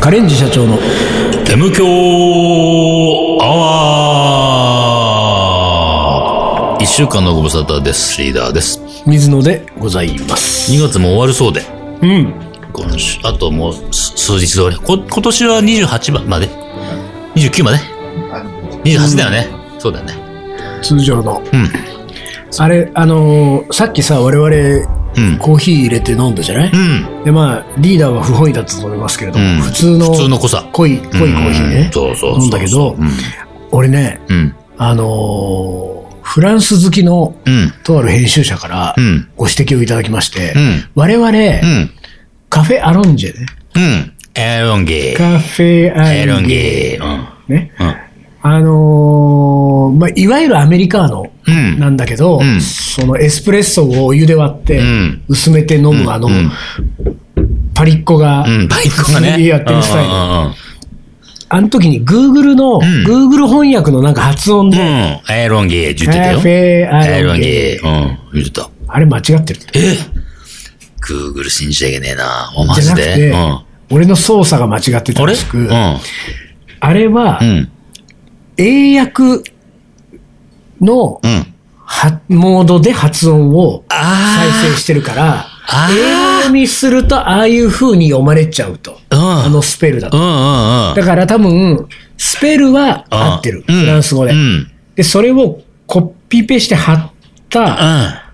カレンジ社長の M 強アワー一週間のご無沙汰です。リーダーです。水野でございます。 2月も終わるそうで。うん。今週、あともうす数日で終わり。こ、今年は28番まで ?29 まで ?28 だよね。そうだよね。通常の。うん。あれ、あのーさっきさ、我々、うん。コーヒー入れて飲んだじゃない、うん。で、まあ、リーダーは不本意だったと思いますけれども、うん普通の、普通の濃さ。濃い、濃いコーヒーうねん。そうそうそう。飲んだけどうん。俺ね、うん。あのーフランス好きの、うん。とある編集者からう、ん。ご指摘をいただきまして、うん。我々、うん。カフェアロンジェね。うん。エロンゲー。カフェエアロロンンジェ。ゲー。うん。ね。うん。あのーまあ、いわゆるアメリカーノうん。なんだけど、うんそのエスプレッソをお湯で割ってうん、薄めて飲む、あの、うんパリッコが、うん、パイコが薄めね。でやってるスタイル。あうの時に Google の、ん Google 翻訳のなんか発音んうで、んうん。アイロンゲーって言ってたカよ。フェアアイロロンンゲーゲー。うん。言ってた。あれ間違ってる。え ?Google 信じちゃいけねえな。おマじゃジなくで。て、うん。あ俺の操作が間違ってたれらしうく、ん。あれはう、ん。英訳のうん。はモードで発音を再あ生してるから、あー英語にするとああいう風に読まれちゃうと。あ。うん。あのスペルだうと。んうんうん。だから多分、スペルは合ってる。うんフランス語でう。ん。で、それをコピペして貼った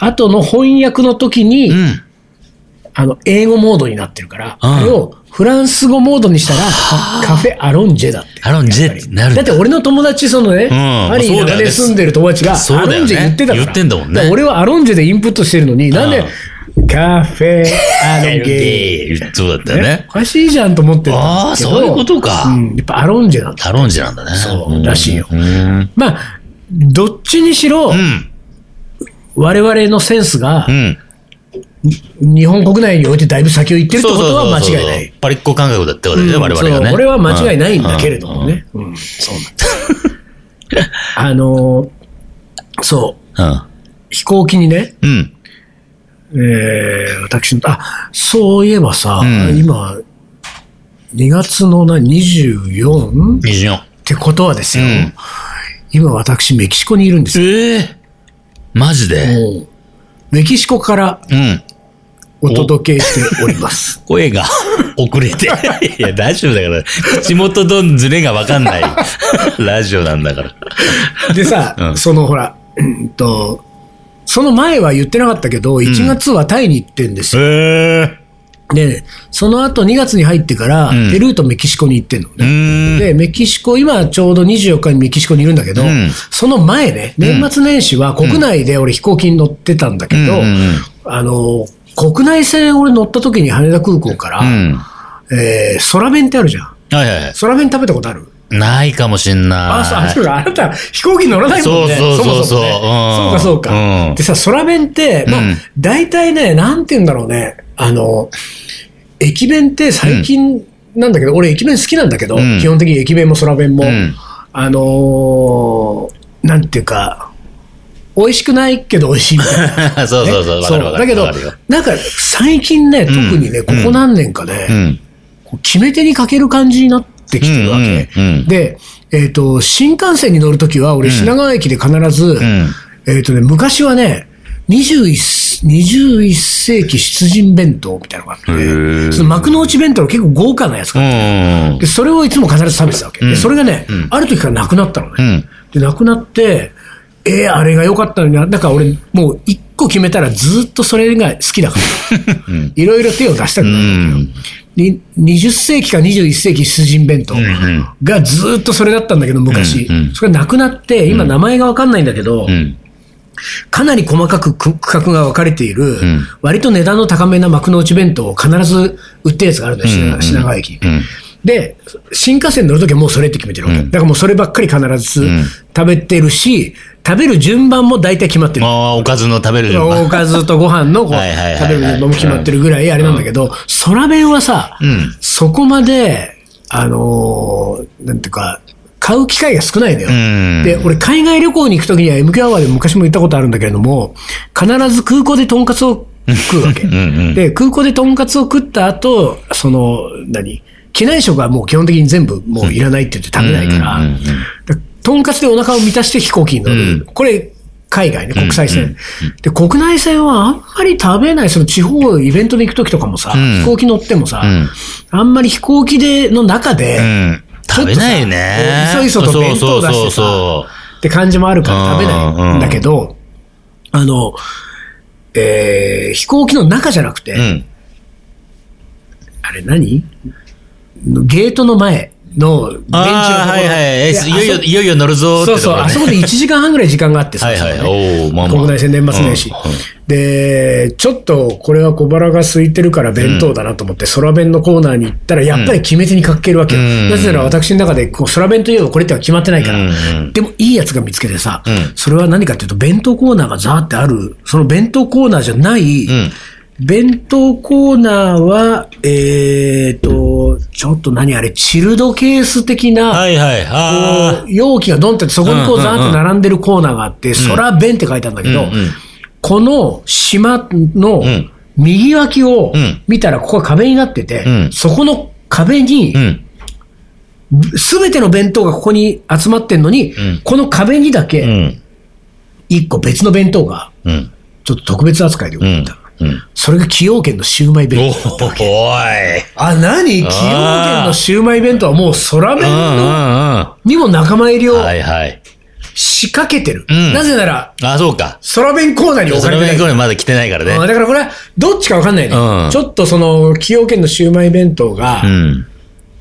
う後の翻訳の時ん。に、うん。あの、英語モードになってるから、うんあれをフランス語モードにしたら、カフェアロンジェだって。アロンジェってなるんだって俺の友達、そのね、んパリにそう長だよね年住んでる友達が、そうだアよねロンジェ言ってたから。言ってんだもんねから俺はアロンジェでインプットしてるのに、なんで、カフェアアロインロンジェ。ゲー。そうだったよねね。おかしいじゃんと思ってたんああ、だけどそういうことか。うん、やっぱアロンジェなんだ。アロンジェなんだね。そうんらしいようん。まあ、どっちにしろ、うん。我々のセンスがう、ん。日本国内においてだいぶ先を行ってるってことは間違いなそうそうそうそ。いうパリッコ感覚だってことうでんね、我々がね。そう俺は間違いないんだけれどもね。うん、そうなんだ。 あのーそう、うん。飛行機にね、うん。うん。えー、私の、あ、そういえばさ、うん今、2月のな 24? っ24。てことはですうよ、ん。今私メキシコにいるんですよ。ええマジでもうメキシコからうん。お届けしております。声 が遅れて。いや、大丈夫だから。口元とズレがわかんない。ラジオなんだから。でさ、 うんそのほら、うんと、その前は言ってなかったけど、1月はタイに行ってんですよ。ええで、その後2月に入ってから、んペルーとメキシコに行ってんのうね。ーん。で、メキシコ、今ちょうど24日にメキシコにいるんだけど、うんその前ね、年末年始は国内で俺飛行機に乗ってたんだけど、うんうんあの、国内線俺乗った時に羽田空港から、うん。えー空弁ってあるじゃん。はいはいはい。空弁食べたことあるないかもしんない。あ、そう、あ、そうか、あなた、飛行機乗らないもんね。そうそうそうそうももねそううんか、そうか。うんでさ、空弁って、まあうん、大体ね、なんて言うんだろうね、あの、駅弁って最近なんだけど、俺駅弁好きなんだけど、うん基本的に駅弁も空弁も、うんあのーなんていうか、美味しくないけど美味しいみたいな。 そうそうそねう。わかるわかだける。どわかるよ。、なんか最近ね、特にね、うんここ何年かね、うん。こう決め手にかける感じになってきてるわけ。うんうんうんで、えっ、と、新幹線に乗るときは、俺、品川駅で必ず、うん。えっ、とね、昔はね、21, 21世紀出陣弁当みたいなのがあってへーね、その幕の内弁当の結構豪華なやつうが、ん。でそれをいつも必ず食べてたわけ。うでんそれがね、うんある時からなくなったのね。うん。で、なくなって、えー、あれが良かったのにな。だから俺、もう一個決めたらずっとそれが好きだから。う ん。いろいろ手を出したくうなる。ん。に20世紀か21世紀出陣弁当うんうんがずーっとそれだったんだけど、昔。うんうんそれがなくなって、今名前がわかんないんだけど、うん。かなり細かく区区画が分かれている、ん割と値段の高めな幕の内弁当を必ず売ってるやつがあるんだよ、品うん品川駅にう。ん。で、新幹線乗るときはもうそれって決めてるわけ。だからもうそればっかり必ずん食べてるし、食べる順番も大体決まってる。ああー、おかずの食べる順番おかずとご飯のこう はいはいはいはい食べるのも決まってるぐらいあれなんだけど、空弁はさ、うんそこまで、あのーなんていうか、買う機会が少ないのよ。うんで、俺、海外旅行に行くときには MQ アワーで昔も言ったことあるんだけれども、必ず空港でとんかつを食うわけ。んうんで、空港でとんかつを食った後、その、何機内食はもう基本的に全部もういらないって言って食べないから、うんうんうんだとんかつでお腹を満たして飛行機に乗る。うんこれ、海外ね、国際線、うんで、国内線はあんまり食べない、その地方イベントで行くときとかもさ、うん飛行機乗ってもさ、うんあんまり飛行機での中で、うん食べないよね。ちょっとさこういそいそと弁当出してさそうそうそうって感じもあるから食べないんだけど、あの、えー飛行機の中じゃなくて、そう。うん。あれ何ゲートの前のベンチのところああ、はいはい。えであそいよいよ、いよいよ乗るぞーってそうとそう、ころあねそこで1時間半ぐらい時間があ ってさ、はいはいそこねおーまあまあ国内線年末年始、うんで、ちょっとこれは小腹が空いてるから弁当だなと思って、空弁のコーナーに行ったら、やっぱり決め手に欠けるわけよ。うんなぜなら私の中でこう空弁といえばこれっては決まってないから。うんうんでもいいやつが見つけてさ、うんそれは何かっていうと、弁当コーナーがザーってある、その弁当コーナーじゃない、うん弁当コーナーは、えーと、ちょっと何あれ、チルドケース的な、はいはい。あこう容器がドンってそこにこううんうんザうんーって並んでるコーナーがあって、空弁って書いてあるんだけど、うんうんこの島のん右脇をうん見たらここが壁になってて、うんそこの壁にあ。うん。すべての弁当がここに集まってんのに、んこの壁にだうけん。一個別の弁当がうん。ちょっと特別扱いで売うっんてた。。うん。それが崎陽軒のシウマイお弁当。ーおい。あ、何崎陽軒のシウマイ弁当はもう空うんうんうん。弁のはにも仲間入りをいはい。仕掛けてる。うんなぜなら、あ、そうか。空弁コーナーに置そかれのてな弁い。当にまだ来てないからあね。だからこれは、どっちかわかんないね。うんちょっとその、崎陽軒のシウマイ弁当が、うん。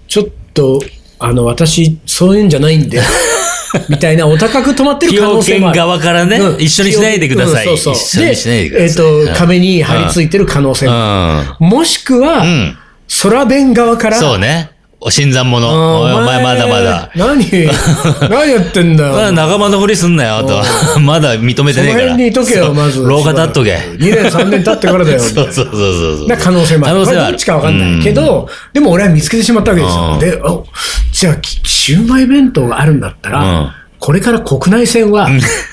ちょっと、あの、私、そういうんじゃないんで、 みたいな、お高く止まって崎る可陽能性も軒ある。側からねう、ん一緒にしないでください。うん一そうそう緒にしないでください。でえっ、と、壁に張り付いてる可能性もあうる。もしくは、ん。うん。空弁側から、そうね。お新参者。うんおいお前まだまだ。。何何やってんだよ ま。だ仲間のふりすんなよ、と。 まだ認めそてのねえから。辺にいとけよ、そうまず。廊下立っとけ。 2年、3年経ってからだよ。みた そいうなそうそうそ う。な可能性もある。可能性こはれあどるっちかわかんないけど、でも俺は見つけてしまったわけですよ。で、あ、じゃあ、きシウマイ弁当があるんだったうんら、これから国内線は、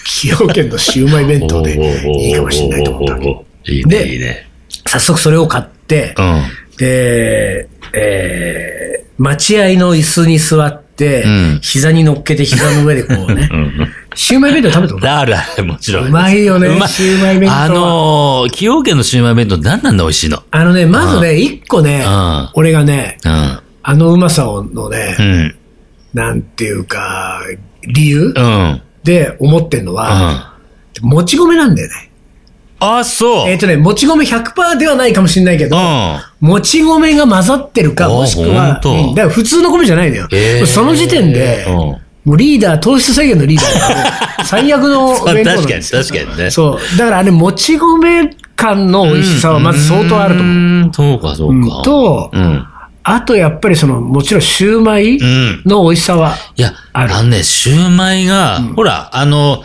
崎陽軒のシウマイ弁当 でいいかもしれないと思ったわけ。た。いいでね、いいね。早速それを買ってう、ん。で、えー、待合の椅子に座ってうん、膝に乗っけて膝の上でこう ね、シウマイ弁当食べたことないあるある、もちろん。うまいよね うまシウマイ弁当はあのー、崎陽軒のシウマイ弁当、何なんだ美味しいの。あのね、まずね、一個ねうん、俺がね、うん。あのうまさをのねう、ん。なんていうか、理由うん。で思ってんのは、あ、もち米なんだよね。そう。えっ、とね、もち米100%ではないかもしれないけうど、ん。もち米が混ざってるか、あーもしくは、ほんとうんだから普通の米じゃないのよ。えーその時点で、うんもうリーダー、糖質制限のリーダーだ から最悪のまあ弁当確なんかでに、すよ確かにね。そう。だからあれ、もち米感の美味しさはまず相当あると思う。思う。そうか、そうか。うんとうん。あと、やっぱりその、もちろんシューマイうん。の美味しさは、いや、ああるのね、シューマイが、ほら、あの、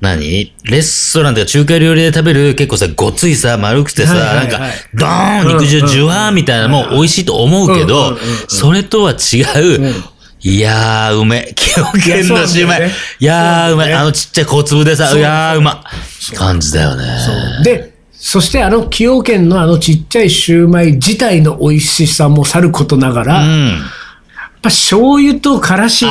何レストランとか中華料理で食べる結構さ、ごついさ、丸くてさ、はいはいはいなんか、ドーン肉汁ジュワーみたいなのも美味しいと思うけうんどうんうんうん、それとは違う、うんいやー、うめえ。 崎陽軒のシューマイ。いいややそー、うなうんだよねめえ。あのちっちゃい小粒でさ、いやー、うまい。感じだよね。で、そしてあの崎陽軒のあのちっちゃいシューマイ自体の美味しさもさることながら、やっうん。 ぱ醤油とからし、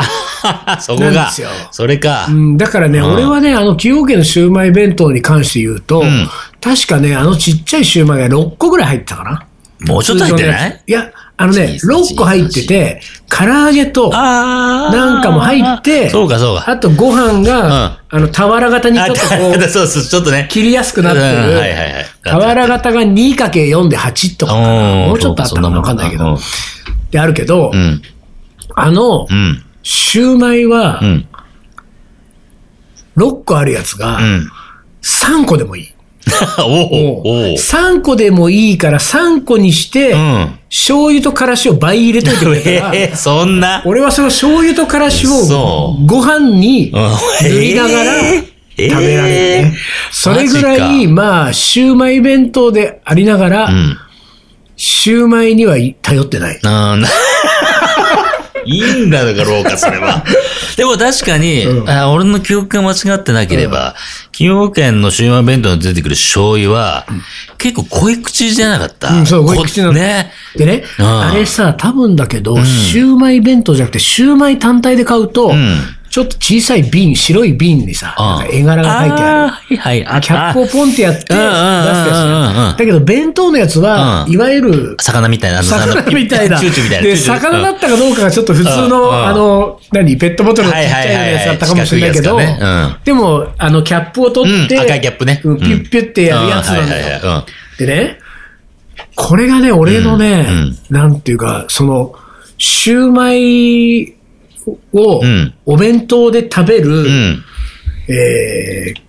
そこなんでがすよ、それかう。ん、だからね、ん俺はね、あの崎陽軒のシューマイ弁当に関して言うと、ん確かね、あのちっちゃいシューマイが6個ぐらい入ってたかな。もうちょっと入ってないいや、あのね、チーズ6個入ってて、唐揚げと、あーなんかも入って、そうか、そうか。あとご飯が、あの、俵型にちょっとこあう、 そうそう、ちょっとね。切りやすくなってる。うんはいはいはい俵型が 2×4 で8とかかな、もうちょっとあったのかわかんないけど、。であるけど、うん。あのう、ん。シューマイはう、ん。 6個あるやつがう、ん。 3個でもいい。おもうおお3個でもいいから、3個にして、 うん。醤油とからしを倍入れといてくれたら、 えー、そんな。俺はその醤油とからしをそご飯に塗りながら食べられるね。それぐらい、まあ、シューマイ弁当でありながら、うん。シューマイには頼ってない。 あーないいんだろうか、それは。でも確かに、うんあ俺の記憶が間違ってなければ、崎陽軒のシウマイ弁当に出てくる醤油は、結構濃い口じゃなかった。うんそう濃い口なのこね。でね、うんあれさ、多分だけど、シューマイ弁当じゃなくて、シューマイ単体で買うと、んちょっと小さい瓶、白い瓶にさ、うんなんか絵柄が書いてある。ーはいはい。あキャップをポンってやって出すやうんうんうんうんつ。だけど、弁当のやつは、うんいわゆる、魚みたいな。あの魚みたいな。チューチューみたいな。で、チューチュー魚だったかどうかがちょっと普通うんうの、んあの、何、ペットボトルのちっちゃいやつだったかもしれないけどはいはいはいはい四角いやつだね、でも、あの、キャップを取って、うん赤いキャップねうんピュッピュッってやるやつなんうんはいだはよい。はいうんでね、これがね、俺のね、なんていうか、その、シューマイをうんお弁当で食べる、うん。えー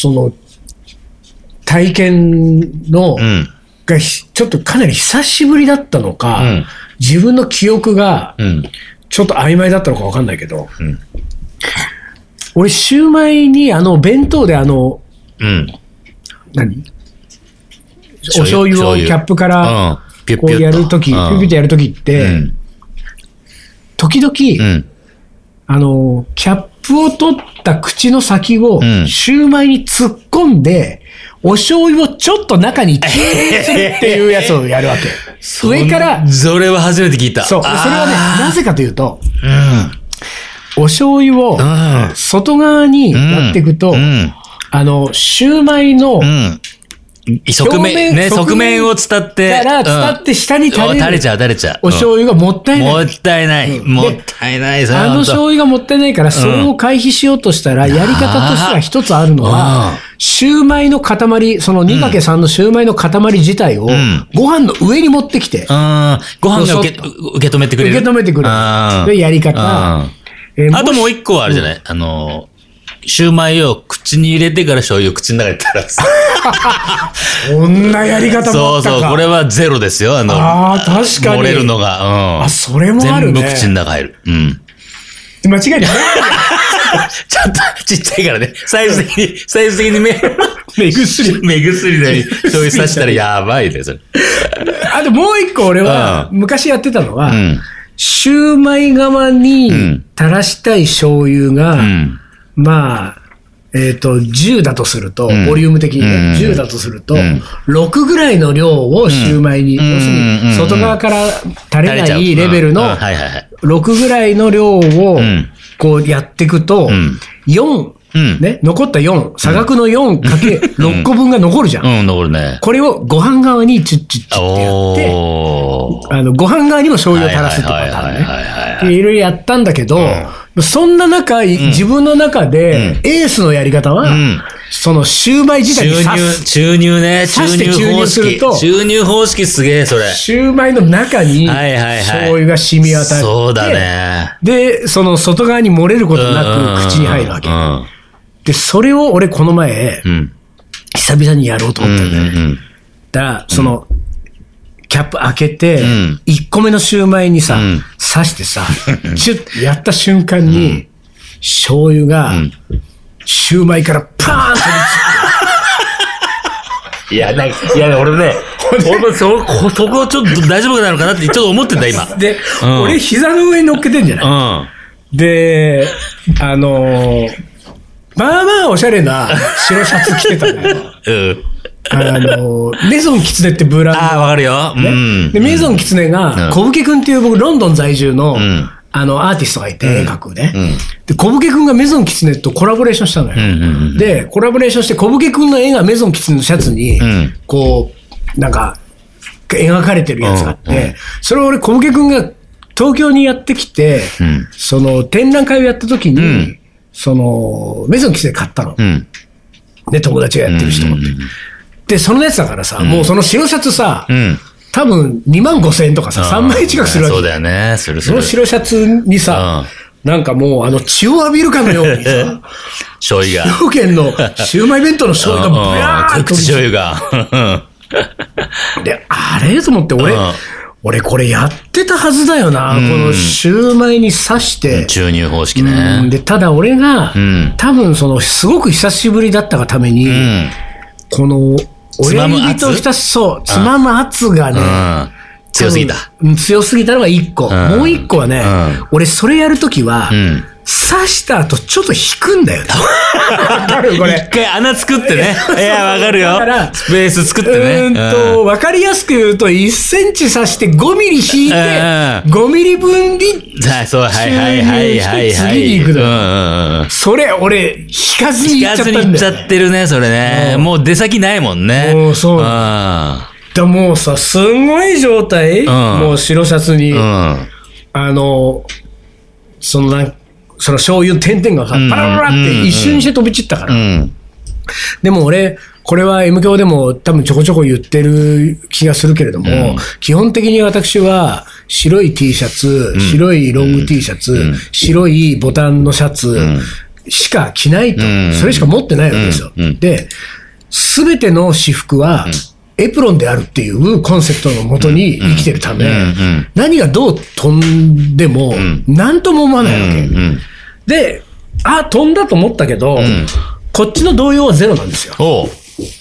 その、体験の、うん。がひちょっとかなり久しぶりだったのか、うん自分の記憶がうん。ちょっと曖昧だったのかわかんないけど、ん俺、シューマイにあの、弁当であの、うん。何お醤油をキャップかうらん、ピュッこピュッうとやるとき、ピうんュピュってやるときっうて、ん。時う々、ん。あの、キャップを取った口の先をう、んシューマイに突っ込んで、お醤油をちょっと中に注入するっていうやつをやるわけ。上から、 それは初めて聞いた。そう。それはね、なね、ぜかというと、なお醤油をうん外側にうん。やっていくと、うん。あの、シューマイのうん。側面、ね、側面を伝って。から伝って下に垂れる垂れちゃう、垂れちゃう。お醤油がもったいないも。ったいない。んもったいない、それあはの本当醤油がもったいないから、それを回避しようとしたら、やり方としては一つあるのうんは、シューマイの塊、その 2×3 のシューマイの塊自体をん、ご飯の上に持ってきて、うん。ご飯が受けそ受け止めてくれ受る。け止めてくれうんる。で、やり方。うんえーあともう一個はあれじゃない、あの、シューマイを口に入れてから醤油を口の中に垂らす。こんなやり方もそあうったか。そう、これはゼロですよ、あの、あー確かに漏れるのが。うん。あそれもあるね全部口の中入る。うん。間違いない。ちゃんとちっちゃいからね、サイズ的に、サイズ的に目、目薬。目薬で醤油さしたらやばいね、それ。あともう一個俺は、う昔やってたのはう、ん。シューマイ側にん垂らしたい醤油うが、ん。まあ、えっと10だとすると、んボリューム的にね、うん10だとすると、ん6ぐらいの量をシューマイに、ん要するうんに外側から垂れないレベルのうんうんはいはいはい。 6ぐらいの量をんこうやっていくと、ん4、うんね、残った4、差額の4かけ6個分が残るじゃん。うん、残るね。これをご飯側にチュッチュッチュッってやって、おー。あの、ご飯側にも醤油を垂らすってパターはいはいはいはいはいンね。でいろいろやったんだけど、そんな中、い自分の中で、エースのやり方は、んそのシューマイ自体に注刺入、す。注入ね。注刺して注入入方する式と。注入方式すげえ、それ。シューマイの中に、はいはいはい醤油が染み渡って、そうだね。で、その外側に漏れることなく、口に入るわけう。ん。で、それを俺この前、うん。久々にやろうとう思ったんだよね。ん。だから、その、キャップ開けてん、 1個目のシューマイにさ、ん刺して さ、チュッてやった瞬間に、醤油が、シューマイからパーンといや、なんか、いや、俺 ね、俺もそこ、そこちょっと大丈夫なのかなって、ちょっと思ってた、 今。で、うん俺膝の上に乗っけてんじゃない、うん。で、あのーまあまあおしゃれな白シャツ着てたの よ。うん。あのーメゾンキツネってブランドああ、わかるよ。うねん。で、メイゾンキツネうがん、小武家くんっていう僕、ロンドン在住の、んあの、アーティストがいて、絵描くねん。で、小武家くんがメイゾンキツネとコラボレーションしたのうんうんよ。で、コラボレーションして、小武家くんの絵がメイゾンキツネのシャツにん、こう、なんか、描かれてるやつがあって、それを俺、小武家くんが東京にやってきてん、その、展覧会をやった時にん、その、メイゾンキツネ買ったのう。ん。で、友達がやってる人って。で、そのやつだからさ、もうその白シャツさう、ん。多分2万5千円とかさ、3万円近くするわけ。そうだよね。するすそのる。白シャツにさ、なんかもうあの血を浴びるかのようにさ、醤油が。兵庫県のシューマイ弁当の 醤油がブヤーッうんうんと口飛び散醤油が。ってで、あれと思って俺うん、俺これやってたはずだよな、このシューマイに刺して。注入方式うんね。で、ただ俺がん、多分その、すごく久しぶりだったがために、うん。この、つま親む圧指と人差し、そう、つまむ圧がね、うん。強すぎた。うん強すぎたのが1個。んもう1個はね、うん俺それやるときは、うん刺した後ちょっと引くんだ よね。わかるこ一。回穴作って ね。いや、わかるよだから。スペース作っうてね。ーんと、わかりやすく言うと、1センチ刺して5ミリ引いて、う5ミリ分に、うんはい、そう、はいはいはいはいはい。注入して次に行くのうんうんうんうん。それ俺、引かずに引行っかちゃっずたんにだよ。行っちゃってるね、それね。もう出先ないもんね。もうそうんうだもうさ、すんごい状態、んもう白シャツに、ん。あの、そのなん、その醤油の点々がさ、うんパラパラって一瞬にして飛び散ったから。うん。でも俺、これは M 教でも多分ちょこちょこ言ってる気がするけれども、基本的に私は白い T シャツ、白いロング T シャツ、白いボタンのシャツしか着ないと、んそれしか持ってないわけですよ。うんうんで、すべての私服は、エプロンであるっていうコンセプトのもとに生きてるためうんうん、何がどう飛んでも、何とも思わないわけ。うん。で、あ、飛んだと思ったけど、こっちの動揺はゼロなんですよ。おう。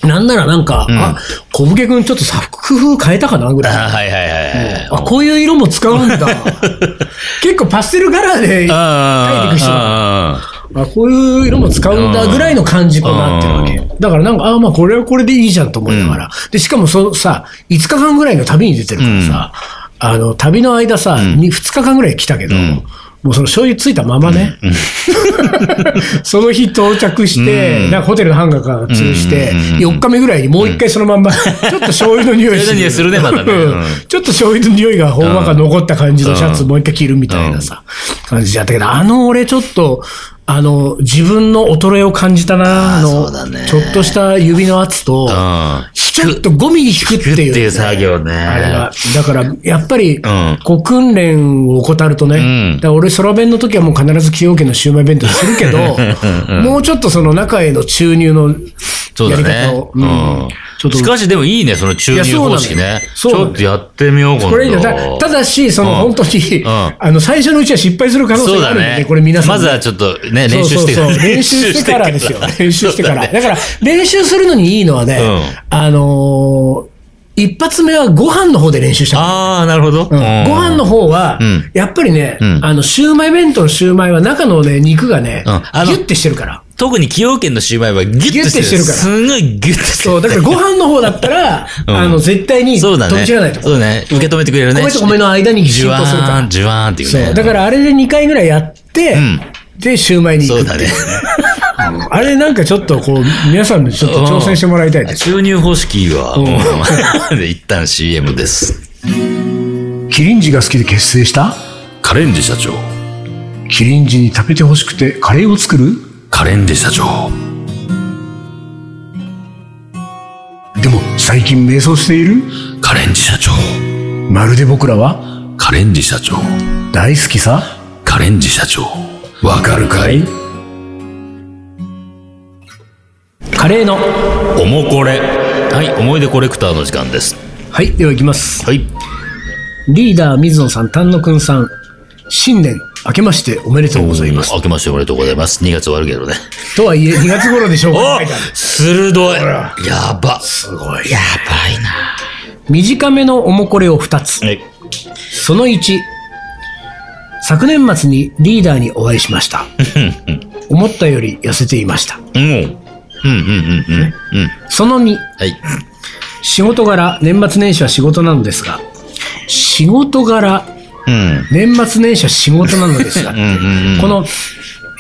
なんならなんか、あ、小武家くんちょっとさ、工夫変えたかなぐらい。あはいはいはいはい。あ、こういう色も使うんだ。結構パステルカラーで、あ、あ帰ってく人こういう色も使うんだぐらいの感じとなってるわけ。だからなんか、あ、まあこれはこれでいいじゃんと思いながら。で、しかもそのさ、5日間ぐらいの旅に出てるからさ、あの、旅の間さ、に 2, 日間ぐらい来たけど、もうその醤油ついたままね、 その日到着して、なんかホテルのハンガーから吊るして、4日目ぐらいにもう一回そのまんま、ちょっと醤油の匂い醤油の匂いするねまたねうんうん ちょっと醤油の匂いがほんわか残った感じのシャツもう一回着るみたいなさ、感じだったけど、あの俺ちょっと、あの、自分の衰えを感じたな、あそうだねの、ちょっとした指の圧と、うん。ちょっとゴミに引くっていう。っていう作業ねあれが。だから、やっぱり、んこう訓練を怠るとね、んだから俺、空弁の時はもう必ず崎陽軒のシウマイ弁当にするけど、もうちょっとその中への注入のそうやだり方をね。。うん。ちょっとしかしでもいいね、その注入方式いやね。ちそうなのよそうなのよょっとやってみようかな。これいいのだただし、そのうん本当に、んあの最初のうちは失敗する可能そ性うがあだるんで、ね。これ皆さん。まずはちょっとね、練習してそうそうそう練習してからですよ。 練習してから。だから、練習するのにいいのはね、うあのー一発目はご飯の方で練習したの。ああ、なるほど。ごうんご飯の方はん、やっぱりね、んあの、シューマイ弁当のシューマイは中のね、肉がね、うんあのギュッてしてるから。特に崎陽軒のシュウマイはギュッとしてる。ギュッとしてるからすごいギュッとしてる。そう、だからご飯の方だったら、 うんあの、絶対にそう飛だびね。散らないと。そうね。受け止めてくれるね。米と米の間にジ浸ュワ透するからーン、。ジュワーンっていうそね。う。だからあれで2回ぐらいやって、んで、シューマイに行そくうっていだうね。あれなんかちょっとこう、皆さんにちょっと挑戦してもらいたいです。注入方式は、うん で、一旦 CM です。キリンジが好きで結成したカレンジ社長。キリンジに食べてほしくてカレーを作るカレンジ社長。でも最近迷走しているカレンジ社長。まるで僕らはカレンジ社長。大好きさカレンジ社長。わかるかいカレーのおもこれ。はい、思い出コレクターの時間です。はい、では行きます。はい。リーダー水野さん、丹野くんさん、新年明けましておめでとうございます。明けましておめでとうございます。2月終わるけどね。とはいえ、2月頃でしょうかお書いてある鋭いやば。すごい。やばいな。短めのおもこれを2つ。はい。その1、昨年末にリーダーにお会いしました。思ったより痩せていました。うん。うんうんうんうん。うん。その2、はい。仕事柄、年末年始は仕事なのですが、仕事柄、うん。年末年始は仕事なのですが、 うんうんうん。この、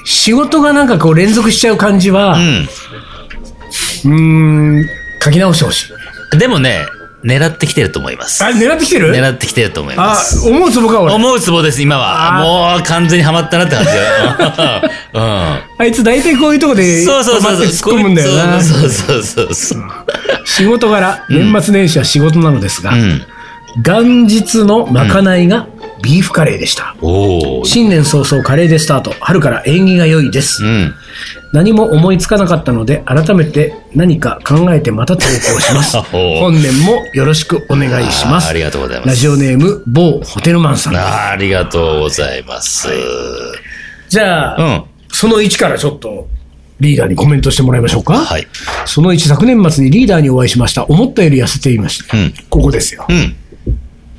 仕事がなんかこう連続しちゃう感じは、うーん、書き直してほしい。うん。でもね、狙ってきてると思います。あ、狙ってきてる狙ってきてると思いまあす。、思うつぼか、俺。思うツボです、今は。もう完全にハマったなって感じ だよ。うあいつ大体こういうとこで、ん。そうそうそ黙うそっう。て突っ込むんだよな。そうそうそうそう。仕事柄、年末年始は仕事なのですが、うん。元日のまかないがビーフカレーでした。おお。新年早々カレーでスタート。春から縁起が良いです。うん。何も思いつかなかったので、改めて何か考えてまた投稿しま す。あほう本年もよろしくお願いしまあーす。ありがとうございますラジオネーム、某ホテルマンさん。あーありがとうございます。じゃうあ、ん。その1からちょっと、リーダーにコメントしてもらいましょうか。はい。その1、昨年末にリーダーにお会いしました。思ったより痩せていました。うんここですよ。うん。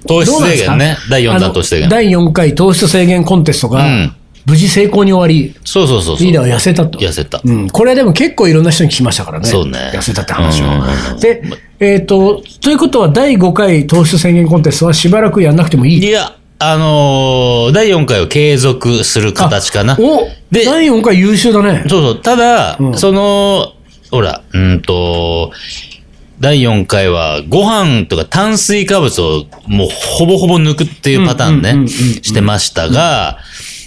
糖質制限ね。第4あ弾の糖質制限。第4回糖質制限コンテストがうん、無事成功に終わり、そうそうそうそう。リーダーは痩せたと。痩せたうん。これはでも結構いろんな人に聞きましたからね。そうね痩せたって話うんうんうを。んで、えっ、と、ということは第5回糖質制限コンテストはしばらくやんなくてもいい。いや、あのー第4回を継続する形かな。そうおで第4回優秀だね。そう。ただ、うんその、ほら、うんと、第4回は、ご飯とか炭水化物をもうほぼほぼ抜くっていうパターンうんうんうんうね、んしてましたが、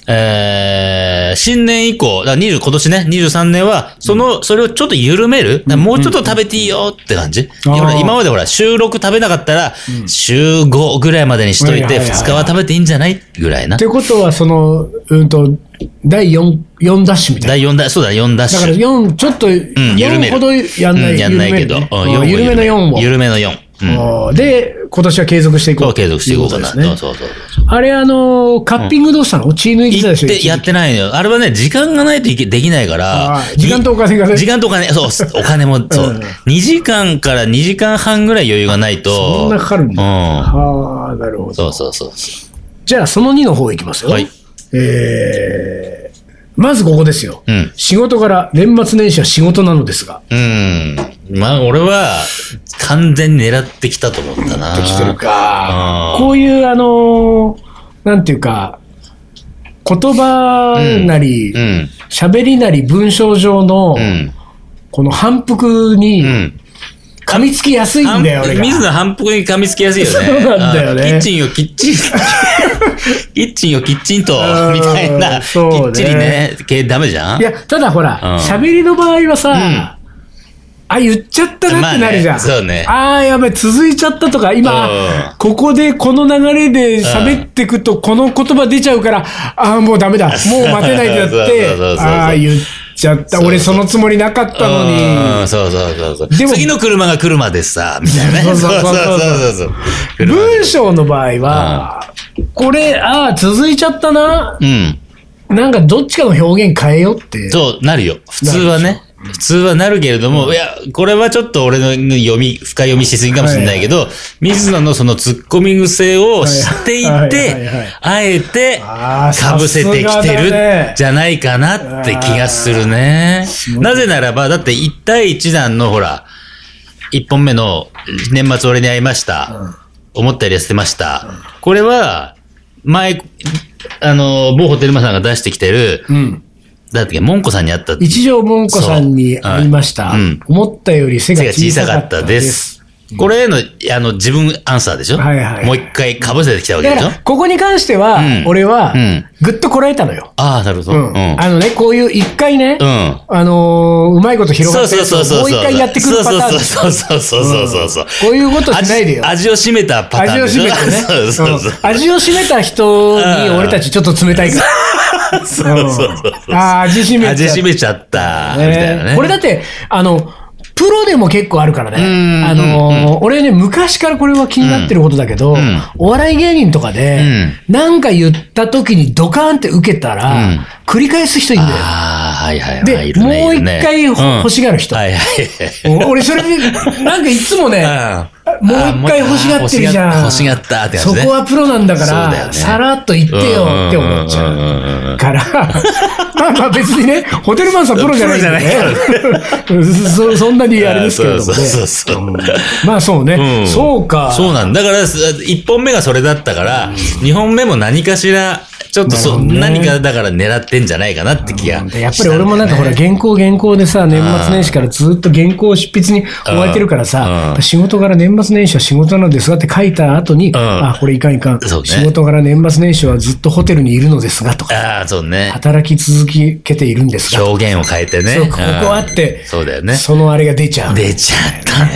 えー、新年以降、だから20今年ね、23年は、その、それをちょっと緩める、だからもうちょっと食べていいよって感じ。あーほら今までほら、収録食べなかったら、週5ぐらいまでにしといはいて、はいはい2日は食べていいんじゃないぐらいなって。ことは、その、うんと、第 4, 四ダッシュみたいな。第4だそうだ、4ダッシだュ。から4、ちょっと、緩め4るほどやんない。うんやんないけど。うん緩めるね四うをん緩めの4を。緩めの4。うん。あーで、今年は継続していこう。を継続していこうかな。といそうことそうそう。ですね。あれ、あのー、カッピングどうしたの血抜いてた行でっしょてやってないのよ。あれはね、時間がないといけできないからあ。ー時間とお金がね。時間とお金、そう、お金も、そううん 2時間から2時間半ぐらい余裕がないと。そんなかかるんだうん。ああ、なるほど。そうそうそう。じゃあ、その2の方いきますよ。はいえーまずここですよ。うん仕事から、年末年始は仕事なのですが。うん。まあ、俺は、完全に狙ってきたと思ったな。来てるあかー。こういう、あのーなんていうか、言葉なりう、ん。喋、りなり文章上の、うん。この反復にうん。噛みつきやすいんだよ、俺が。水野反復に噛みつきやすいよね。そうなんだよねあのキッチンをき っちり、キッチンをきっちんとう、んみたいな、そうねきっちりね、系ダメじゃんいや、ただほらうん、喋、りの場合はさ、んあ、言っちゃったなってなるじゃん。まあねそうねああ、やべ、続いちゃったとか、今うん、ここでこの流れで喋ってくと、この言葉出ちゃうから、ああ、もうダメ だ。もう待てないでだっそうそうそうそうて、ああ、言っちゃった。そう俺そのつもりなかったのうに。んそうそうそうそう。でも次の車が来るまでさ、みたいなね。そうそうそうそうそうそうそう文章の場合は、これ、ああ、続いちゃったな。うん。なんかどっちかの表現変えようって。そう、なるよ。普通はね。普通はなるけれども、いや、これはちょっと俺の読み、深読みしすぎかもしれないけど、水野のその突っ込み癖を知っていはいはいはいはいて、あえて、あーかぶせてきてさすがだるねじゃないかなって気がするね。なぜならば、だって1対1弾のほら、1本目の年末俺に会いました。思ったより痩せてました。これは、前、あの、某ホテルマさんが出してきてる、うん。だって、モンコさんに会った一条もんこさんに会いました。そうはいうん思ったより背が背が小小ささかかっったたでです。す。これへの、あの、自分アンサーでしょはいはいもう一回かぶせてきたわけだでかしょら、ここに関してはうん、俺はうん、ぐっとこらえたのよ。ああ、なるうほど。うんん。。あのね、こういう一回ねう、ん。あのー、うまいこと広そがうってそうやつそうそう。をもう一回やってくるパターン。そうそうそうそうそうそうそう。こういうことしないでよ。味味を占めたパタ味ーンをでし占ょ。めてねそう。そうそううん。味を占めた人に俺たちちょっと冷たいから。 そうそうそうそう。ああ、味占め味ちゃ占めちゃった。みたいなね。これだって、あの、プロでも結構あるからね。んあのー、俺ね、昔からこれは気になってることだけど、んお笑い芸人とかで、なんか言った時にドカーンって受けたら、うん繰り返す人いるんだよ。ああ、はいはいではい。いるねもう一いるね回ほうん欲しがる人はいはい。俺、それで、なんかいつもね、 うんもう一回欲しがってるじゃん。欲しがった欲しがったってやつそねこはプロなんだかそうだよら、ねさらっと言ってよって思っちゃんんんんうんう。から、まあまあ別にね、ホテルマンさんプロじゃないんでね。そそんなにあれですけれどもね。そうそうそうそううんまあそううねん。そうか。そうなんだ。だから、す一本目がそれだったから、二本目も何かしら、ちょっとそう、なるほどね何かだから狙ってんじゃないかなって気がしたんだよね、やっぱり俺もなんかほら、原稿原稿でさ、年末年始からずっと原稿を執筆に追われてるからうんさう、ん仕事から年末年始は仕事なのですがって書いた後に、んあ、これいかんいかん。そうね仕事から年末年始はずっとホテルにいるのですがとか、ああ、そうね。働き続けているんですが。表現を変えてね。そうここあってうんそうだよね。そのあれが出ちゃう。出ちゃったね。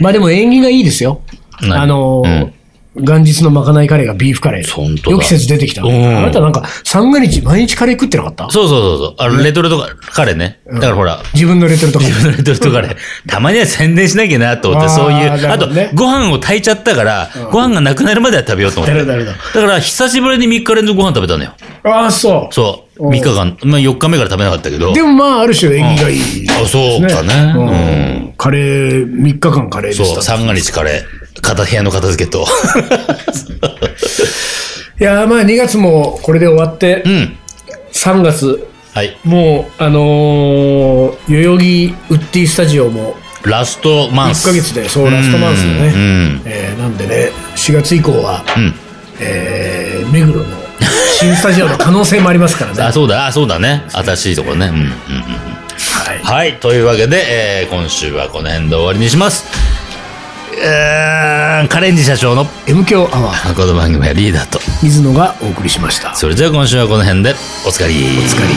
まあでも縁起がいいですよ。何あのー、元日のまかないカレーがビーフカレ本当ー。だよき説出てきた。あうんなたなんか三が日毎日カレー食ってなかったそうそうそうそう。あの、レトルトカレーね。だからほ ら、自分のレトルトカレー。レトルトカレー。たまには宣伝しなきゃなと思って、あーそういう。なあるとほどね、ご飯を炊いちゃったから、ご飯がなくなるまでは食べようと思っなて。るほどなるほだから、久しぶりに3日連続ご飯食べたのよ。ああ、そう。そう。おう3日間。まあ、4日目から食べなかったけど。でもまあ、ある種縁起がいい、あ、そうかね。うんカレー、3日間カレーでうん。しそう、た。三が日カレー。片部屋の片付けと。 いやーまあ2月もこれで終わって、うん。 3月、はい。もう、あのー、代々木ウッディスタジオもラストマン1ス。ヶ月で、そう、ラストマンスだうね。ん。えーなんでね、4月以降は、うん。えー、目黒の新スタジオの可能性もあります からね。あ、そうだ、あ、そうだね。新しいところね。うん。うんうんうん。はい。はい。というわけで、えー今週はこの辺で終わりにします。えー、カレンジ社長の M 強アワー、この番組はリーダーと。水野がお送りしました。それでは今週はこの辺で、おつかり。おつかり。